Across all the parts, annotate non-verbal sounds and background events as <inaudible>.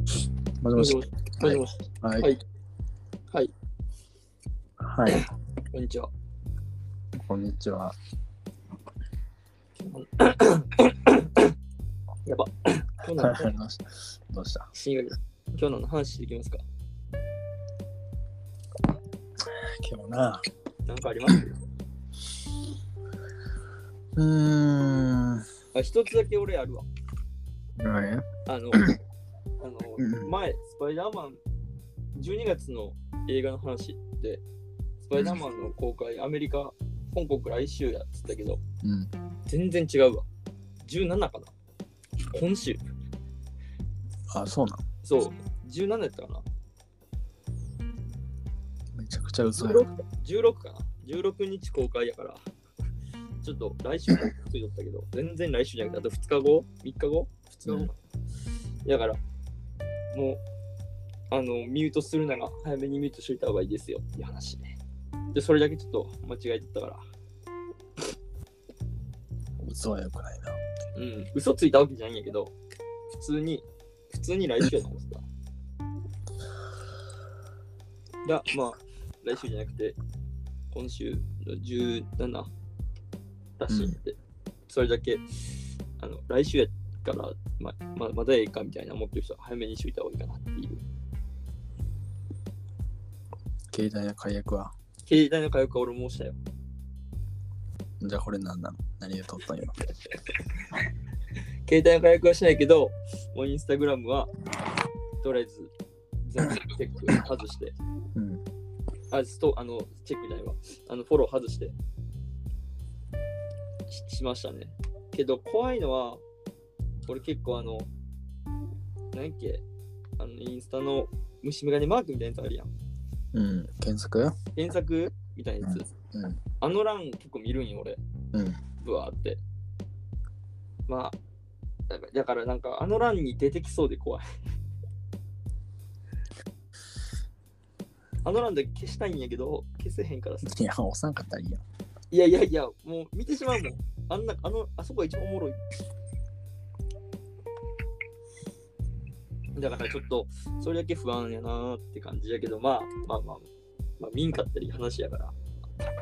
もしももししも。し。もしもし。はい。はい。はい。はい。こんにちは。こんにちは。やば。今わ日のかりましたどうした新学期今日の話できますか今日な。なんかありますうーん。あ、一つだけ俺あるわ。何 <laughs> あの、あうの、ん前、スパイダーマン、12月の映画の話で、スパイダーマンの公開、アメリカ、香港来週やっつったけど、うん。全然違うわ。17かな今週。あ、そうなそう、17やったかなのめちゃくちゃ嘘やな。 16, 16かな ?16 日公開やから、 <laughs> ちょっと来週もついとったけど、全然来週じゃなくて、あと2日後 ?3 日後 ?2 日後、だから、もう、あの、ミュートするなら早めにミュートしといた方がいいですよっていう話ね。で、それだけちょっと間違えてたから、嘘はよくないな。うん、嘘ついたわけじゃないんやけど、普通に、普通に来週やと思ってた。が、まあ、来週じゃなくて、今週の17だしって、それだけ、あの、来週やから、まままだええかみたいな思ってる人は早めにしといた方がいいかなっていう。携帯の解約は。携帯の火力は俺もしたよ。じゃあこれ何なの何で撮ったん今。携帯の火力はしないけど、もうインスタグラムは、とりあえず、全部チェック外して、うん。あ、スト、あの、チェックじゃないわ。あの、フォロー外してし、しましたね。けど、怖いのは、俺結構あの、何やっけ、あの、インスタの虫眼鏡マークみたいなやつあるやん。うん。検索検索みたいなやつ。うん。あの欄結構見るんよ、俺。うん。ぶわーって。まあ、だからだからなんか、あの欄に出てきそうで怖い。あの欄で消したいんやけど、消せへんからさ。いや、押さんかったらいいやん。いやいやいや、もう見てしまうもん。あんな、あの、あそこが一番おもろい。だからちょっと、それだけ不安やなーって感じやけど、まあまあまあ、まあ、見んかったり話やから、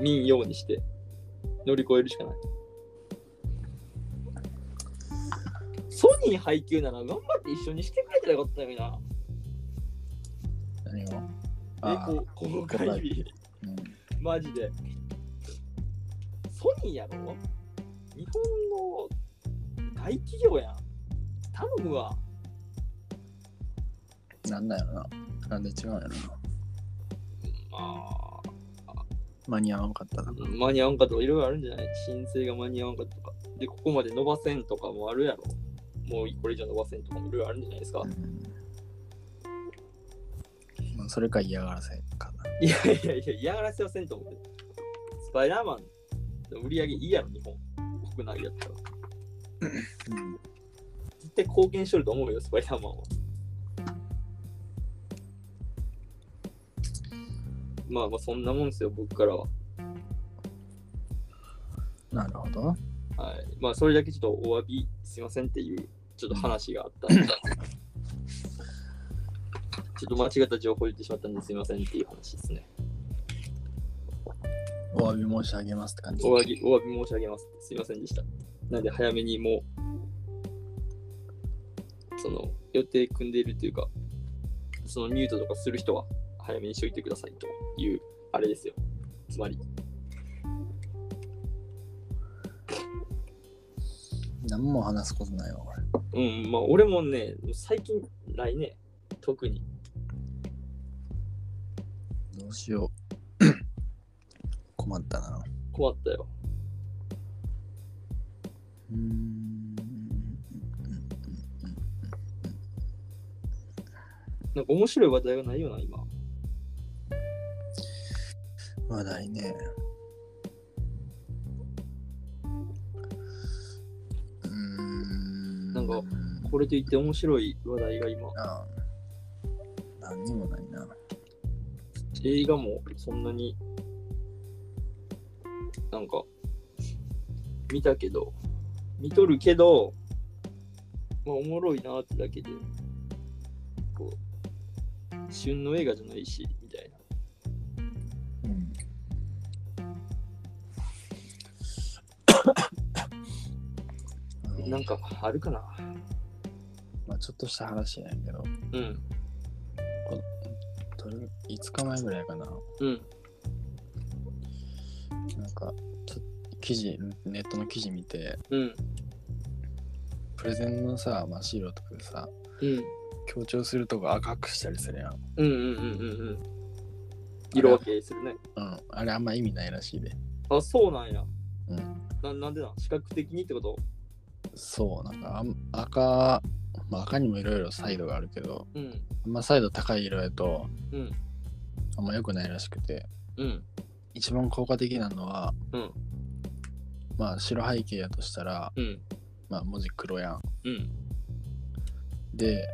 見んようにして、乗り越えるしかない。ソニー配給なら頑張って一緒にしてくれたらよかったよな。何をえあー、こう公開日。うん。マジで。ソニーやろ日本の大企業やん。頼むわ。なんだよな。なんで違うんやろな。ま間に合わんかったあな。、間に合わんかとかいろいろあるんじゃない申請が間に合わんかとか。で、ここまで伸ばせんとかもあるやろ。もうこれ以上伸ばせんとかもいろいろあるんじゃないですかう。ん。まあ、それか嫌がらせかな。いやいやいや、嫌がらせはせんと思って。スパイダーマンの売り上げいいやろ、日本。国内やったら。うん。絶対貢献しとると思うよ、スパイダーマンは。まあまあ、そんなもんですよ、僕からは。なるほど。はい。まあ、それだけちょっとお詫びすいませんっていう、ちょっと話があったんで。ちょっと間違った情報を言ってしまったんですいませんっていう話ですね。お詫び申し上げますって感じ。お詫び、お詫び申し上げます。すいませんでした。なんで、早めにもう、その、予定組んでいるというか、そのミュートとかする人は、早めにしといてくださいという、あれですよ。つまり、何も話すことないわ、俺。うん、まあ、俺もね、最近、来ね、特に、どうし <coughs> よう。困ったな。困ったよ。うーん。なんか面白い話題がないよな、今。話題ね。うーん。なんかこれといって面白い話題が今、ああ何にもないな。映画もそんなに、なんか、見たけど、見とるけど、まあ、おもろいなってだけで、こう、旬の映画じゃないし、みたいな。うんあ <coughs> なのんかあるかなまあ、ちょっとした話なんやけど、うん。どれ5日前ぐらいかな、うん。なんか、ちょ記事、ネットの記事見て、うん。プレゼンのさ、まあ、資料とかでさ、うん。強調するとこ赤くしたりするやん。うんうんうんうんうん。色分けするね。うん、あれあんま意味ないらしいで。あ、そうなんや。うんななんでなん視覚的にってことそう、なんかあん赤、まあ、赤にもいろいろサイドがあるけど、うん。あんまサイド高い色やとうん。あんま良くないらしくて、うん。一番効果的なのは、うんまあ白背景やとしたら、うん。まあ、文字黒やん。うん。で、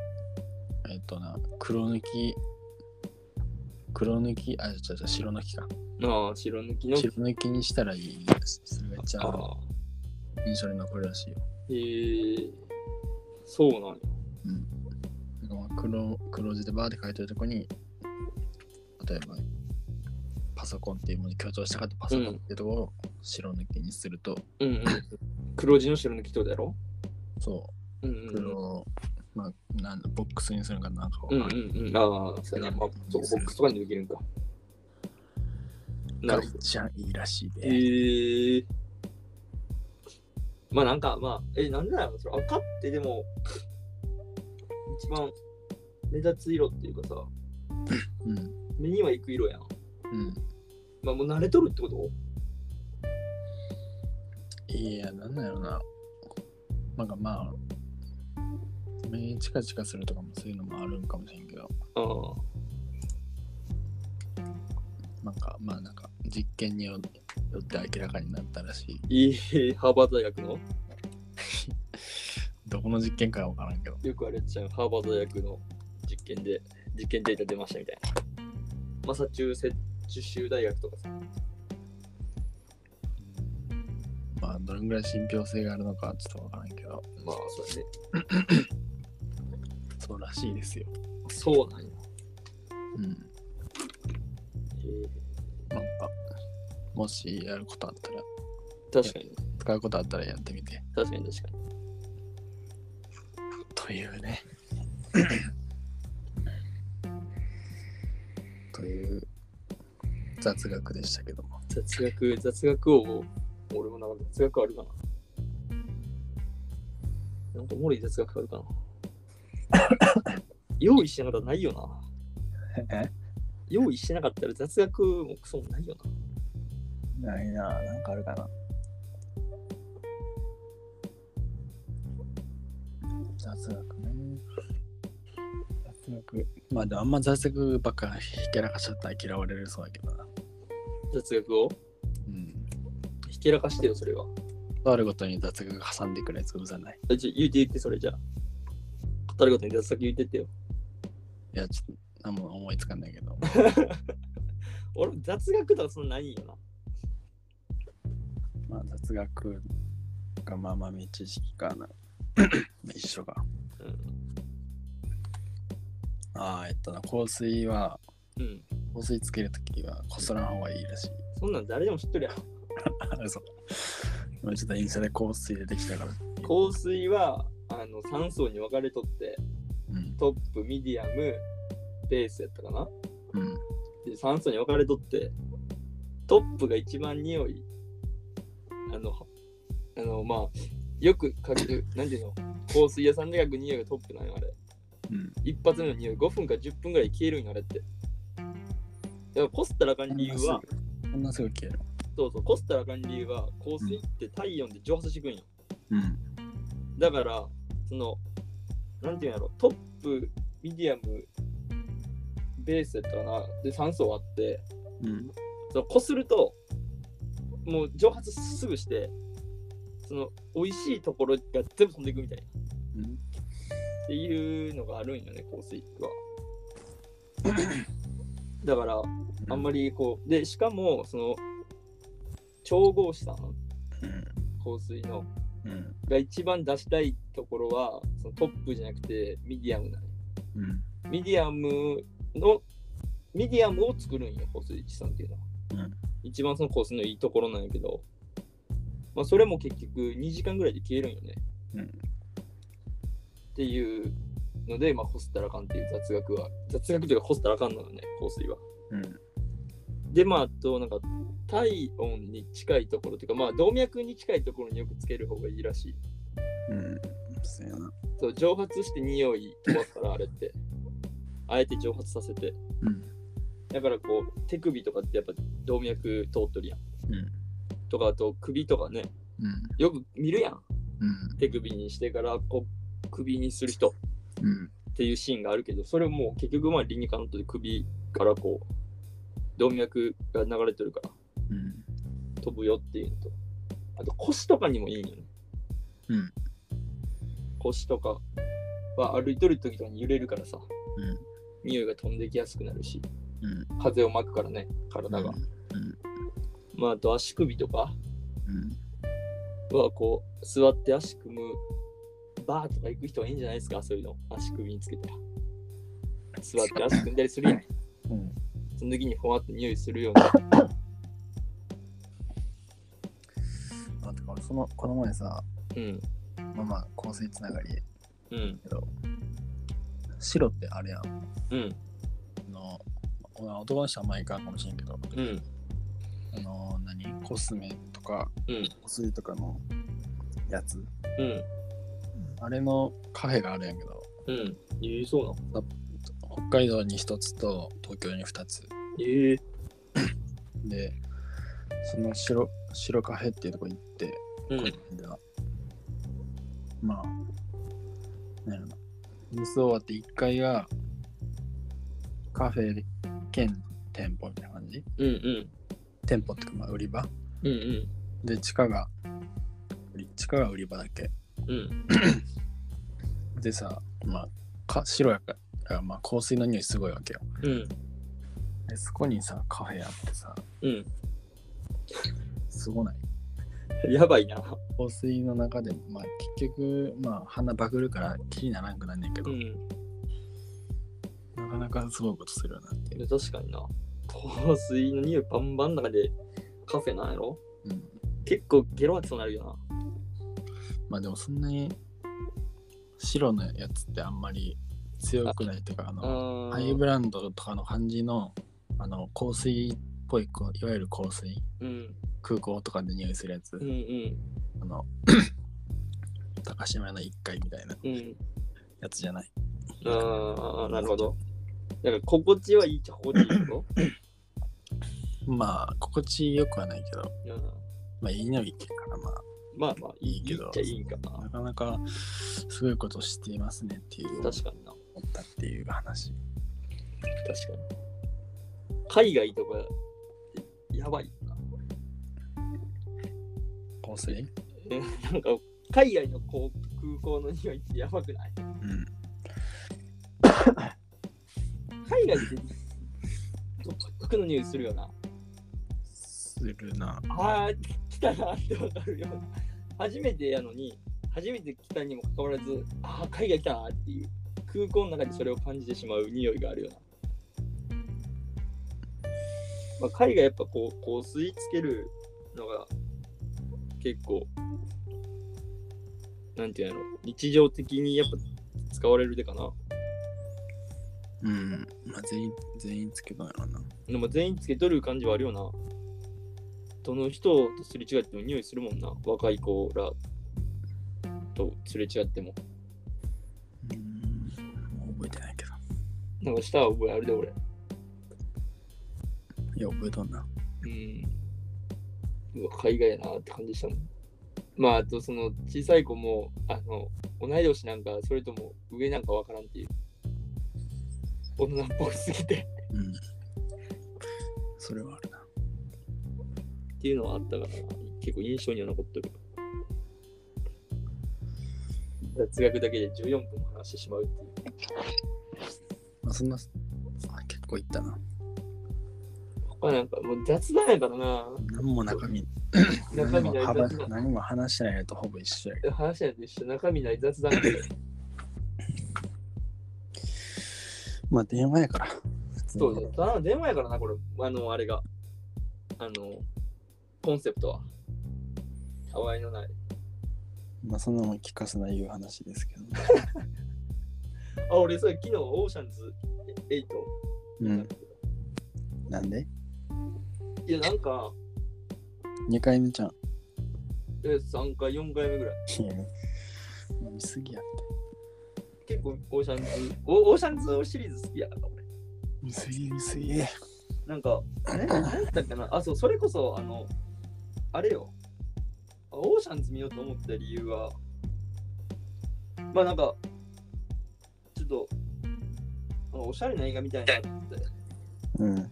えっとな、黒抜き、黒抜き、あ、違う違う、白抜きか。ああ、白抜きの。白抜きにしたらいいです。それめっちゃああ。印象に残るらしいよ。へえ。そうなんや。なんかまあ黒黒字でバーって書いてるとこに、例えば、パソコンっていうものに強調したかったパソコンっていうところを白抜きにすると、うんうん。黒字の白抜きってことやろそうんう、うんう黒ん。を、まあ、なんボックスにするのかなんかわかうんんうないんうん。ああ、そうやな。まあ、そうボックスとかにできるんか。ながるほど。一番いいらしいで。へえまあなんかまあ、え、なんでなのそれ赤ってでも、一番目立つ色っていうかさ、うん。目には行く色やん。うん。まあもう慣れとるってこといや、なんだろうな。なんかまあ、目チカチカするとかもそういうのもあるんかもしれんけど、あなんかまあなんか実験によってよって明らかになったらしい。あ、いい、ハーバード大学の、どこの実験かはわからんけど。よくあれちゃう、ハーバード大学の実験で、実験データ出ましたみたいな。マサチューセッチュ州大学とかさ、まあ、どれぐらい信憑性があるのかちょっとわからんけど、まあそうやね。そうらしいですよ。そうなんや。うん。なんへえか、もしやることあったら、確かに、使うことあったらやってみて。確かに確かに。というね。という雑学でしたけども。雑学、雑学を、俺もなんか雑学あるかな。なんかおもろい雑学あるかな。 <laughs> 用意してなかったらないよな。え用意してなかったら雑学もクソもないよな。ないな、なんかあるかな。雑学ね。雑学。まあでもあんま雑学ばっかひけらかしちゃったら嫌われるそうだけどな。雑学をうん。ひけらかしてよ、それは。あるごとに雑学が挟んでくるやつうざない。えちょ言うて言って、それじゃあ。語ることに雑学言ってってよ。いや、ちょっと何も思いつかんないけど。 <laughs> 俺、雑学とかそんなないんよな。まあ雑学がまあ豆知識かな。 <coughs> 一緒か。うん。ああ、えっとな、香水は、うん。香水つけるときはこすらん方がいいらしい。そんなん誰でも知っとるやん。あ、そう。今ちょっとインスタで香水出てきたから。香水は、あの、3層に分かれとって、うん。トップ、ミディアム、ベースやったかな。うん。で、3層に分かれとって、トップが一番匂い、あの、あの、まあ、よくかける、なんていうの、香水屋さんで書く匂いがトップなんよ、あれ。うん。一発目の匂い、5分か10分ぐらい消えるんよ、あれって。だから、こすったらあかん理由は、こんなすぐ消える。そうそう、こすったらあかん理由は、香水って体温で蒸発してくんよ。うん。だから、その、なんていうんやろ、トップ、ミディアム、ベースやったかな、で3層あって、うん。そのこすると、もう蒸発すぐして、その、美味しいところが全部飛んでいくみたいな、うん。っていうのがあるんよね、香水は。だから、あんまりこう、で、しかも、その、調合したのうん。香水の、うん。が一番出したいところは、そのトップじゃなくて、ミディアムなの。うん。ミディアムのミディアムを作るんよ、ホスイチさんっていうのは。うん一番そのコースのいいところなんやけど、まあ、それも結局2時間ぐらいで消えるんよね。うんっていうので、まあ、ホスったらあかんっていう雑学は、雑学というかホスったらあかんのよね、香水は。うんで、まあ、あと、なんか、体温に近いところというか、まあ、動脈に近いところによくつける方がいいらしい。うんそうやなそう蒸発して匂い飛ばすから、あれって。あえて蒸発させて。うんだからこう手首とかってやっぱ動脈通っとるやん。うんとかあと首とかね、うんよく見るやん。うん手首にしてからこう首にする人うんっていうシーンがあるけど、それもう結局まあ理にかなっとで首からこう動脈が流れてるからうん飛ぶよっていうのと。あと腰とかにもいいんよね。うん腰とかは歩いとる時とかに揺れるからさ、うん匂いが飛んできやすくなるし、うん風を巻くからね、体が。まああと足首とか。うんはこう座って足組むバーとか行く人はいいんじゃないですかそういうの足首につけたら座って足組んだりするやんうんその時にほわっと匂いするようなあてか俺そのこの前さうんまあまあ香水つながりうんけど白ってあれやんうんあのまあ男の人はあんまいかんかもしれんけどうんあの何コスメとかうん香水とかのやつうんあれのカフェがあるんやけどうん言いそうな北海道に一つと東京に二つええでその白白カフェっていうとこ行ってうんではまあなんやろな2層あって1階がカフェ兼店舗みたいな感じうんうん店舗っていうかまあ売り場うんうんで地下が売り地下が売り場だっけうんでさまあか白やから、まあ、香水の匂いすごいわけようんでそこにさカフェあってさうすごないんやばいな香水の中でもまあ結局まあ鼻バグるから気にならんくなんねんけうど、んなかなかすごいことするよなっていう、確かにな香水の匂いバンバンの中でカフェなんやろうん、結構ゲロ吐きそうになるよまあでもそんなに白のやつってあんまり強くないというかあなのあハイブランドとかの感じのあの香水っぽいこういわゆる香水うん空港とかで匂いするやつ、うんうんあの高島屋の1階みたいなうんやつじゃないああ、なるほど。だから、心地はいいっちゃ心地いいのまあ心地よくはないけどうんまあいいのいいからままあまあ、いいいいけどっちゃいいんかあな。なかなかすごいことしていますねっていう思っ確かにな。たっていう話確かに。海外とか、やばいな。香水え <laughs> なんか、海外の航空港の匂いってやばくないうん海外で独特の匂いするよな。するなああ、来たなってわかるような。初めてやのに、初めて来たにもかかわらず、ああ、海外来たなっていう、空港の中でそれを感じてしまう匂いがあるような。まあ、海外やっぱこう、こう吸い付けるのが結構、なんていうんやろ、日常的にやっぱ使われるでかな。うんまあ全員全員つけたんやろなでも全員つけとる感じはあるよな。どの人とすれ違っても匂いするもんな。若い子らとすれ違っても。うーんもう覚えてないけど。なんかした覚えあるで俺。いや、覚えとんな。うん。うわ、海外やなって感じしたもん。まあ、あとその小さい子も、あの、同い年なんか、それとも上なんかわからんっていう。大人っぽすぎてうん。それはあるな。っていうのはあったからな、結構印象には残ってる。雑学だけで14分も話してしまうっていう。まあ、そんな、あ結構いったな。まあなんかもう雑談やからな。何も中身、中何身もない話雑談。何も話してないのとほぼ一緒やけど。話なんて一緒、中身ない雑談やから。まあ、電話やから。そうだよ。ただの電話やからな、これ。あの、あれが。あの、コンセプトは。たわいのない。まあそんなもん聞かせないいう話ですけど、ね。あ、俺、それ昨日、オーシャンズ8。うなんん。なんでいや、なんか、 ?2 回目じゃん。え3回、4回目ぐらい。いや飲みすぎや。結構、オーシャンズ、オオーシャンズシリーズ好きやから、俺。飲みすぎ、飲みすぎ。なんか、ね、何やったっけな。あ、そう、それこそ、あの、あれよ。あオーシャンズ見ようと思った理由は、まあなんか、ちょっと、あのおしゃれな映画みたいなと思って。うん。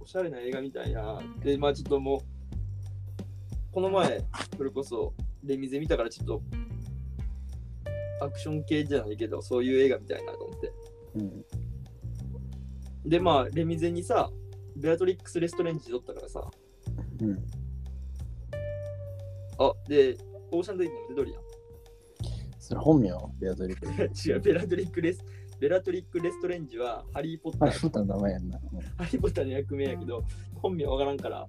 おしゃれな映画みたいな。で、まあちょっともう、この前、それこそ、レミゼ見たからちょっと、アクション系じゃないけど、そういう映画みたいなと思って。うん。で、まあ、レミゼにさ、ベアトリックス・レストレンジ撮ったからさ、うん。あ、で、オーシャンズインの出とるやん。 <laughs> それ本名ベアトリック。違う、ベラトリック・レス、ベラトリック・レストレンジは、ハリー・ポッタあ、ー、ふた名前やんな。うんハリー・ポッターの役名やけど、本名わからんから、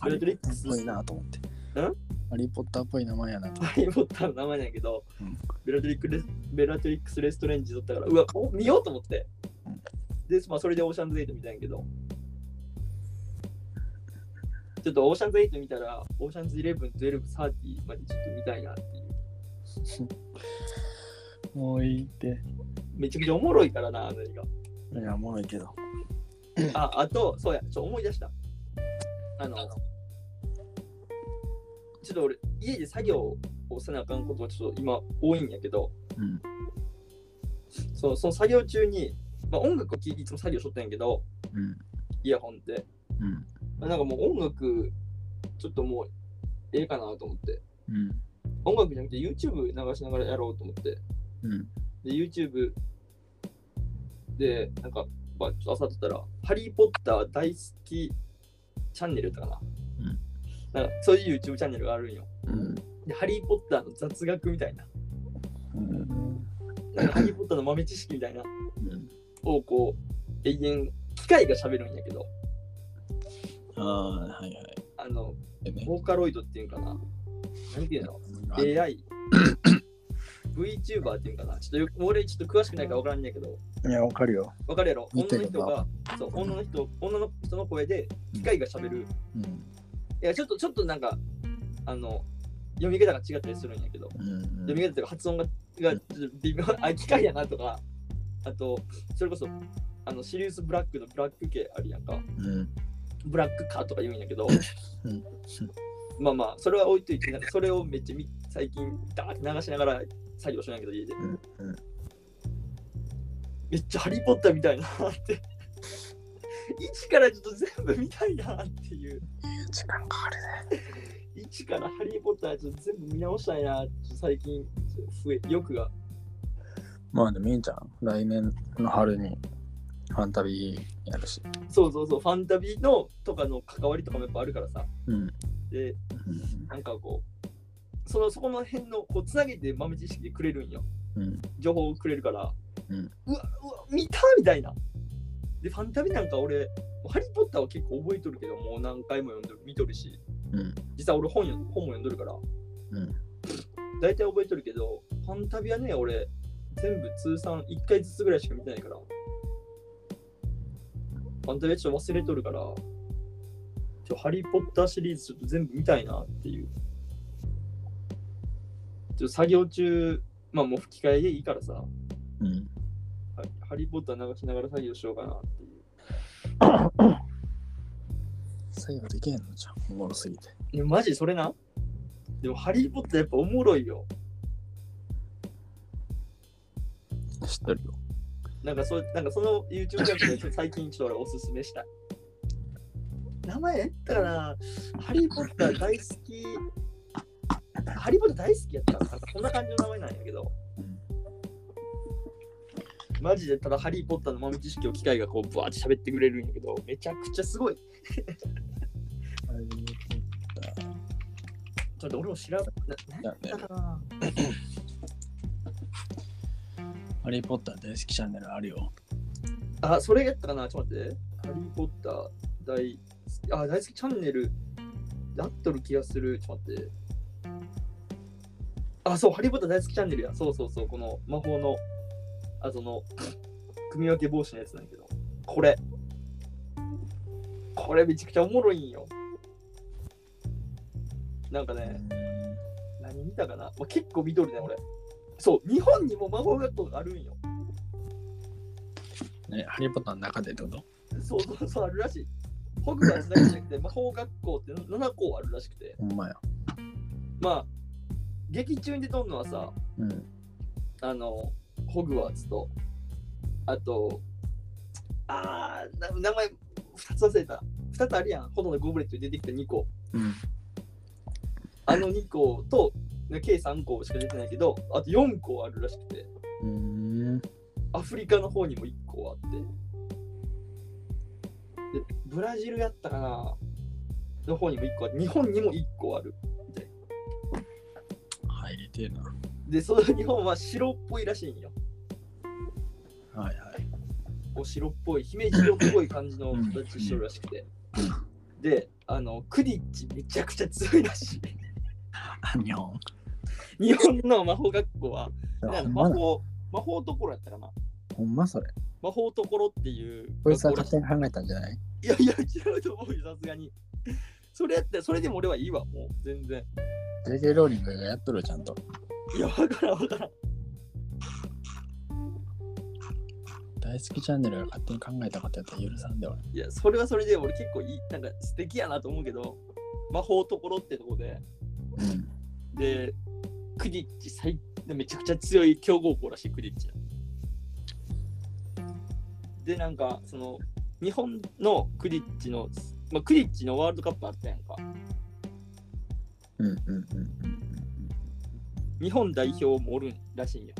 ハリベアトリーッポクッスターっぽいなと思って。ハリーポッターっぽい名前やなと。ハリー・ポッターの名前なんやけど、うんベラトリックレス・ベラトリックス・レストレンジ撮ったから、うわ、お見ようと思ってうん。で、まあ、それでオーシャンズエイト見たんやけど、ちょっとオーシャンズエイト見たら、オーシャンズイレブン、トゥエルブ、サーティまでちょっと見たいなっていう。もういいって。めちゃくちゃおもろいからな、あの映画。いや、おもろいけど。あ、あと、そうや、ちょっと思い出した。あの、ちょっと俺、家で作業をせなあかんことはちょっと今多いんやけど、うんそうその作業中に、まあ、音楽を聴いていつも作業しとったんやけど、うん。イヤホンで。うん。まあなんかもう音楽、ちょっともうええかなと思って。うん。音楽じゃなくて YouTube 流しながらやろうと思って。うん。で、YouTube で、なんか、まあ、ちょっとあさってたら、ハリー・ポッター大好きチャンネルとかな。うんなんか、そういう YouTube チャンネルがあるんよ。うん。で、ハリー・ポッターの雑学みたいな。うん。なんかハリー・ポッターの豆知識みたいな。う <laughs> ん。をこう、永遠、機械が喋るんやけど、ああ、はいはい。あの、でね。ボーカロイドっていうんかな。なんていうの <laughs> ?AI。VTuber っていうんかな。ちょっとよく、俺ちょっと詳しくないから分からんねんやけど、いや、わかるよ。わかるやろ見て女るのな人が、そう、女の人、女の人の声で、機械が喋る。うん。いや、ちょっと、ちょっとなんか、あの、読み方が違ったりするんやけど、うん。読み方というか発音が、がちょっと微妙、あ、機械やなとか、あと、それこそ、あの、シリウスブラックのブラック系あるやんか、うん。ブラックカーとか言うんやけどん、まあまあ、それは置いといて、なんかそれをめっちゃみ最近、ダーって流しながら作業しないけど、家で。うんうんめっちゃハリー・ポッターみたいなって。一からちょっと全部見たいなっていう。時間かかるね。一からハリー・ポッターちょっと全部見直したいな、ちょっと最近増え、欲が。まあでもいいんじゃん。来年の春にファンタビーやるし。そうそうそう、ファンタビーのとかの関わりとかもやっぱあるからさ。うん。で、なんかこう、そのそこの辺のこうつなげて豆知識でくれるんよ。うん。情報をくれるから。うんうわ、うわ、見たみたいな。で、ファンタビーなんか俺、ハリー・ポッターは結構覚えとるけど、もう何回も読んでる、見とるし、うん実際俺本よ本も読んどるから、うん。大体覚えとるけど、ファンタビはね、俺、全部通算1回ずつぐらいしか見てないから。ファンタビはちょっと忘れとるから、ちょハリー・ポッターシリーズちょっと全部見たいなっていう。ちょっと作業中、まあもう吹き替えでいいからさ、はうん。ハリー・ポッター流しながら作業しようかなっていう。作業できへんのじゃん。おもろすぎて。いやマジそれなでも、ハリー・ポッターやっぱおもろいよ。知ってるよ。なんかそう、なんかその YouTube チャンネルでちょっと最近ちょっと俺おすすめしたい。名前やったかなハリー・ポッター大好き。ハリー・ポッター大好きやったかなこんな感じの名前なんやけど。マジでただハリー・ポッターの豆知識を機械がこうブワーって喋ってくれるんやけど、めちゃくちゃすごい。ちょっと俺も調べ、なだ何やねったかなハリー・ポッター大好きチャンネルあるよ。あ、それやったかなちょっと待って。ハリー・ポッター大好き、あ、大好きチャンネルやっとる気がする。ちょっと待って。あ、そう、ハリー・ポッター大好きチャンネルや。そうそうそう、この魔法の、あその、 <laughs> 組み分け防止のやつなんやけど。これ。これめちゃくちゃおもろいんよ。なんかね、何見たかな、まあ、結構見とるね、俺。そう、日本にも魔法学校があるんよ。ね、ハリー・ポッターの中でってことそうそうそう、あるらしい。ホグワーツだけじゃなくて、魔法学校って7校あるらしくて。ほんまや。まあ、劇中に出とんのはさ、うん。あの、ホグワーツと、あと、あー、な名前2つ忘れた。2つあるやん。炎のゴブレットに出てきた2個。うん。あの2個と、ね計3個しか出てないけど、あと4個あるらしくて、うーん。アフリカの方にも1個あって、でブラジルやったかなの方にも1個あって、日本にも1個ある。入りてえな。で、その日本は白っぽいらしいんよ。はいはい。お白っぽい、姫路色っぽい感じの形してるらしくて。で、あの、クディッチめちゃくちゃ強いらしあ、日本。い。日本の魔法学校は、なんかほん魔まだ法、魔法ところやったかな。ほんまそれ。魔法ところっていうこいつは学校らしい勝手に考えたんじゃないいやいや、違うと思うよ、さすがに。それやって、それでも俺はいいわ、もう、全然。 ?JK ローリングがやっとるよちゃんと。いや、わからんわからん。大好きチャンネルが勝手に考えたことやったら許さんで俺。いや、それはそれで俺結構いい、なんか素敵やなと思うけど、魔法ところってとこで、うん。で、クディッチ最、めちゃくちゃ強い強豪校らしい、クディッチ。で、なんか、その、日本のクディッチの、まあ、クディッチのワールドカップあったやんか。うんうんうんうん日本代表もおるらしいんや。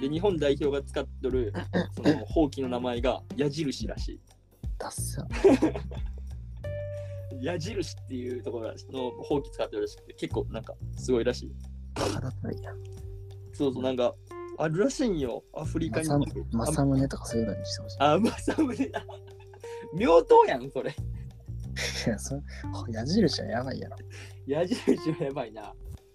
で、日本代表が使っとるそのほうきの名前が矢印らしうん。ダッサ。い。矢印っていうところのほうき使ってるらしくて、結構なんかすごいらしい。肌たいやん。そうそう、なんかあるらしいんよ、アフリカに。正宗マサムネとかそういうのにしてほしい。あ、まさむねだ。妙刀やん、それ。 <laughs> いや、それ、矢印はやばいやろ。矢印はやばいな。 <laughs>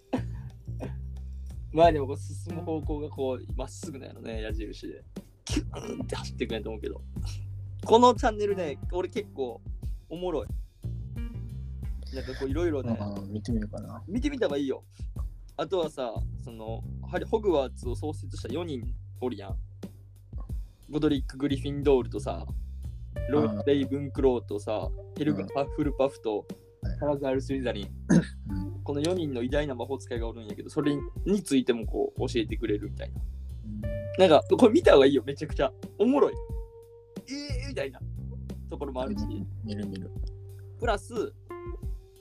まあでもこう進む方向がこうまっすぐなのね、矢印で。キューンって走っていくんやと思うけど。このチャンネルね、俺結構おもろい。なんかこういろいろね、うん、見てみようかな。見てみた方がいいよ。あとはさ、その、ハリホグワーツを創設した4人おるやん。ゴドリック・グリフィンドールとさ、ロうんーレイ・ブンクローとさ、ヘルガ・うんパフルパフとはい、カラザール・スリザリ <coughs> ンうん。この4人の偉大な魔法使いがおるんやけど、それについてもこう教えてくれるみたいな。なんか、これ見た方がいいよ、めちゃくちゃ。おもろい。えー、みたいなところもあるし。見る見る。プラス、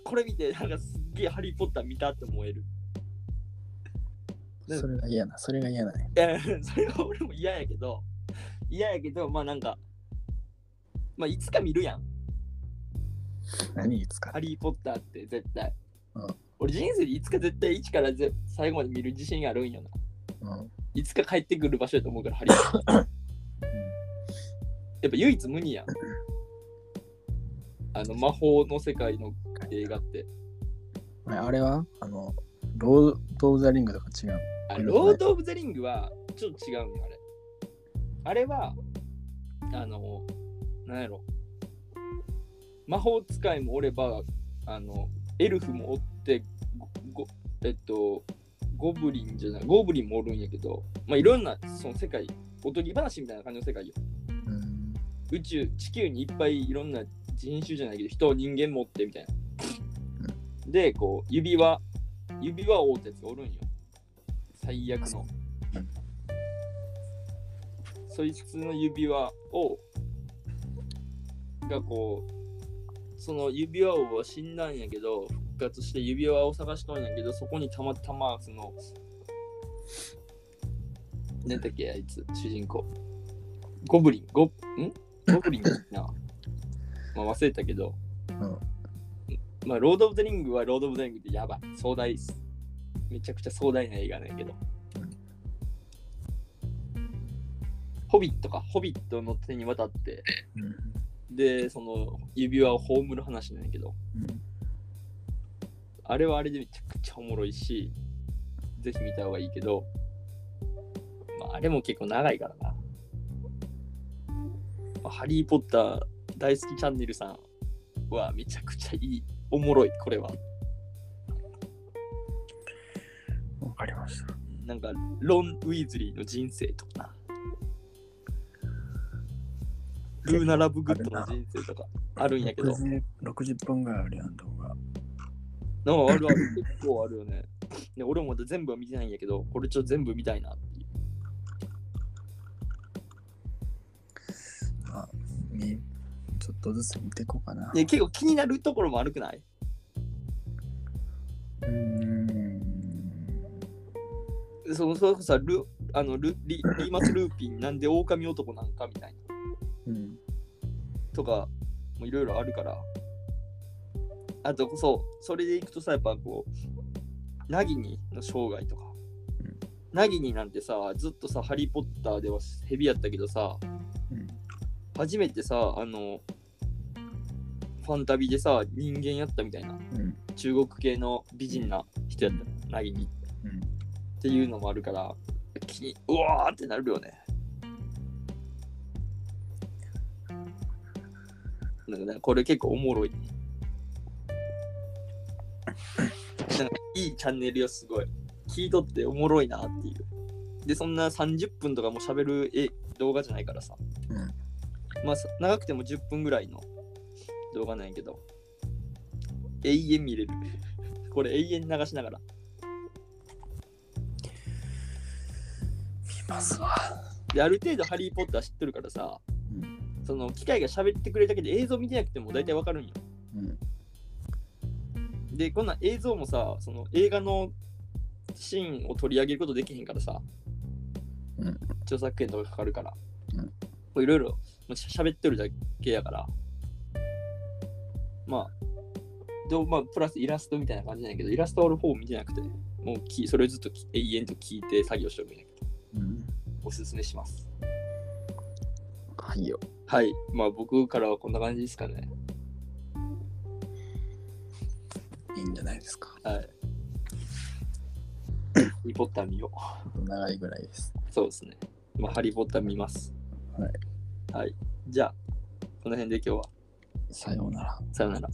これ見て、なんかすっげえハリー・ポッター見たって思える。ねそれが嫌な、それが嫌なね。いや、 <laughs> それは俺も嫌やけど、嫌やけど、まあなんか、まあいつか見るやん、何いつかハ。リー・ポッターって絶対。うん俺人生でいつか絶対1からぜ最後まで見る自信あるんよな。うん。いつか帰ってくる場所やと思うから、ハリー・ポッタ <laughs> ー。やっぱ唯一無二やん。あの魔法の世界の映画って。あれはあの、ロード・オブ・ザ・リングとか違う。あうんロード・オブ・ザ・リングはちょっと違うんよ、あれ。あれは、あの、なんやろ。魔法使いもおれば、あの、エルフもおって、ごごえっと、ゴブリンじゃない、ゴブリンもおるんやけど、まあ、いろんなその世界、おとぎ話みたいな感じの世界よ。うん。宇宙、地球にいっぱいいろんな人種じゃないけど、人、人間持ってみたいな。で、こう、指輪、指輪を追うってやつがおるんよ。最悪のうん。そいつの指輪を、がこう、その指輪王は死んだんやけど、復活して指輪を探しとんやけど、そこにたまたま、その、なんだっけ、あいつ、主人公。ゴブリン、ゴ、んゴブリンだっけな。まあ忘れたけど、まあ、ロード・オブ・ザ・リングはロード・オブ・ザ・リングってやばい。壮大っす。めちゃくちゃ壮大な映画なんやけど。ホビットか、ホビットの手に渡って、うんで、その指輪を葬る話なんやけど、あれはあれでめちゃくちゃおもろいし、ぜひ見た方がいいけど、まあ、あれも結構長いからな。まあハリー・ポッター大好きチャンネルさんはめちゃくちゃいい、おもろい、これは。うん。わかりました。なんか、ロン・ウィーズリーの人生とかな。ルーナ・ラブ・グッドの人生とかあるんやけど。 60 60分ぐらいあるやん、動画。なんかあるある、結構あるよね。で俺もまだ全部は見てないんやけど、これちょっと全部見たいなっていう。あみちょっとずつ見ていこうかな。で結構気になるところも悪くないうん。そのそれこそさルあのルリリーマス・ルーピンなんで狼男なんかみたいなうん。とかもいろいろあるからあとこそそれでいくとさやっぱこうナギニの生涯とかうんナギニなんてさずっとさ「ハリー・ポッター」ではヘビやったけどさうん初めてさあのファンタビでさ人間やったみたいなうん。中国系の美人な人やったのナギニうんっていうのもあるから気にうわーってなるよねだからこれ結構おもろいなんかいいチャンネルよすごい聞いとっておもろいなっていうでそんな30分とかも喋るえ動画じゃないからさ、まあさ長くても10分ぐらいの動画なんやけど永遠見れるこれ永遠流しながら見ますわ。である程度ハリー・ポッター知ってるからさ、うんその機械が喋ってくれるだけで映像見てなくても大体わかるんよ。うん。で、こんなん映像もさ、その映画のシーンを取り上げることできへんからさ、うん著作権とかかかるから、うんこういろいろもうしゃべってるだけやから、まあ、でもまあ、プラスイラストみたいな感じなんやけど、イラストは俺ほぼ見てなくて、もうきそれをずっとき永遠と聞いて作業してるんやけど、うん。おすすめします。はいよ。はい、まあ僕からはこんな感じですかね。いいんじゃないですか。はい。ハリー・ポッター見よ長いぐらいです。う。そうですね。まあ、ハリー・ポッター見ます。。はいはい。じゃあ、この辺で今日は、さようなら。さよなら。